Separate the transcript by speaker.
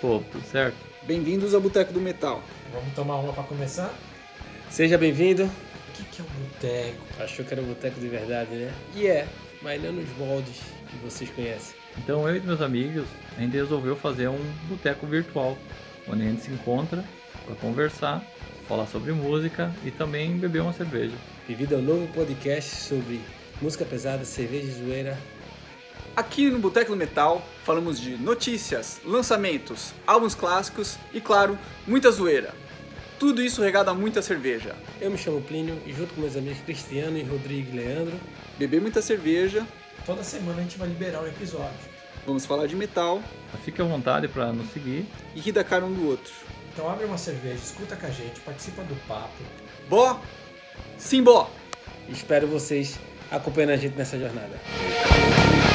Speaker 1: tudo certo.
Speaker 2: Bem-vindos ao Boteco do Metal.
Speaker 3: Vamos tomar uma pra começar?
Speaker 1: Seja bem-vindo.
Speaker 3: O que, que é um boteco?
Speaker 1: Achou que era um boteco de verdade, né? E é, mas não nos moldes que vocês conhecem.
Speaker 4: Então eu e meus amigos, a gente resolveu fazer um boteco virtual, onde a gente se encontra para conversar, falar sobre música e também beber uma cerveja.
Speaker 1: Bem-vindo ao novo podcast sobre música pesada, cerveja e zoeira.
Speaker 2: Aqui no Boteco do Metal falamos de notícias, lançamentos, álbuns clássicos e, claro, muita zoeira. Tudo isso regado a muita cerveja.
Speaker 1: Eu me chamo Plínio e junto com meus amigos Cristiano e Rodrigo e Leandro,
Speaker 2: Beber muita cerveja,
Speaker 3: Toda semana a gente vai liberar um episódio.
Speaker 2: vamos falar de metal
Speaker 4: Fique à vontade para nos seguir.
Speaker 2: e rir da cara um do outro.
Speaker 3: Então abre uma cerveja, escuta com a gente, participa do papo.
Speaker 2: Bó? Sim, bó!
Speaker 1: espero vocês acompanhando a gente nessa jornada.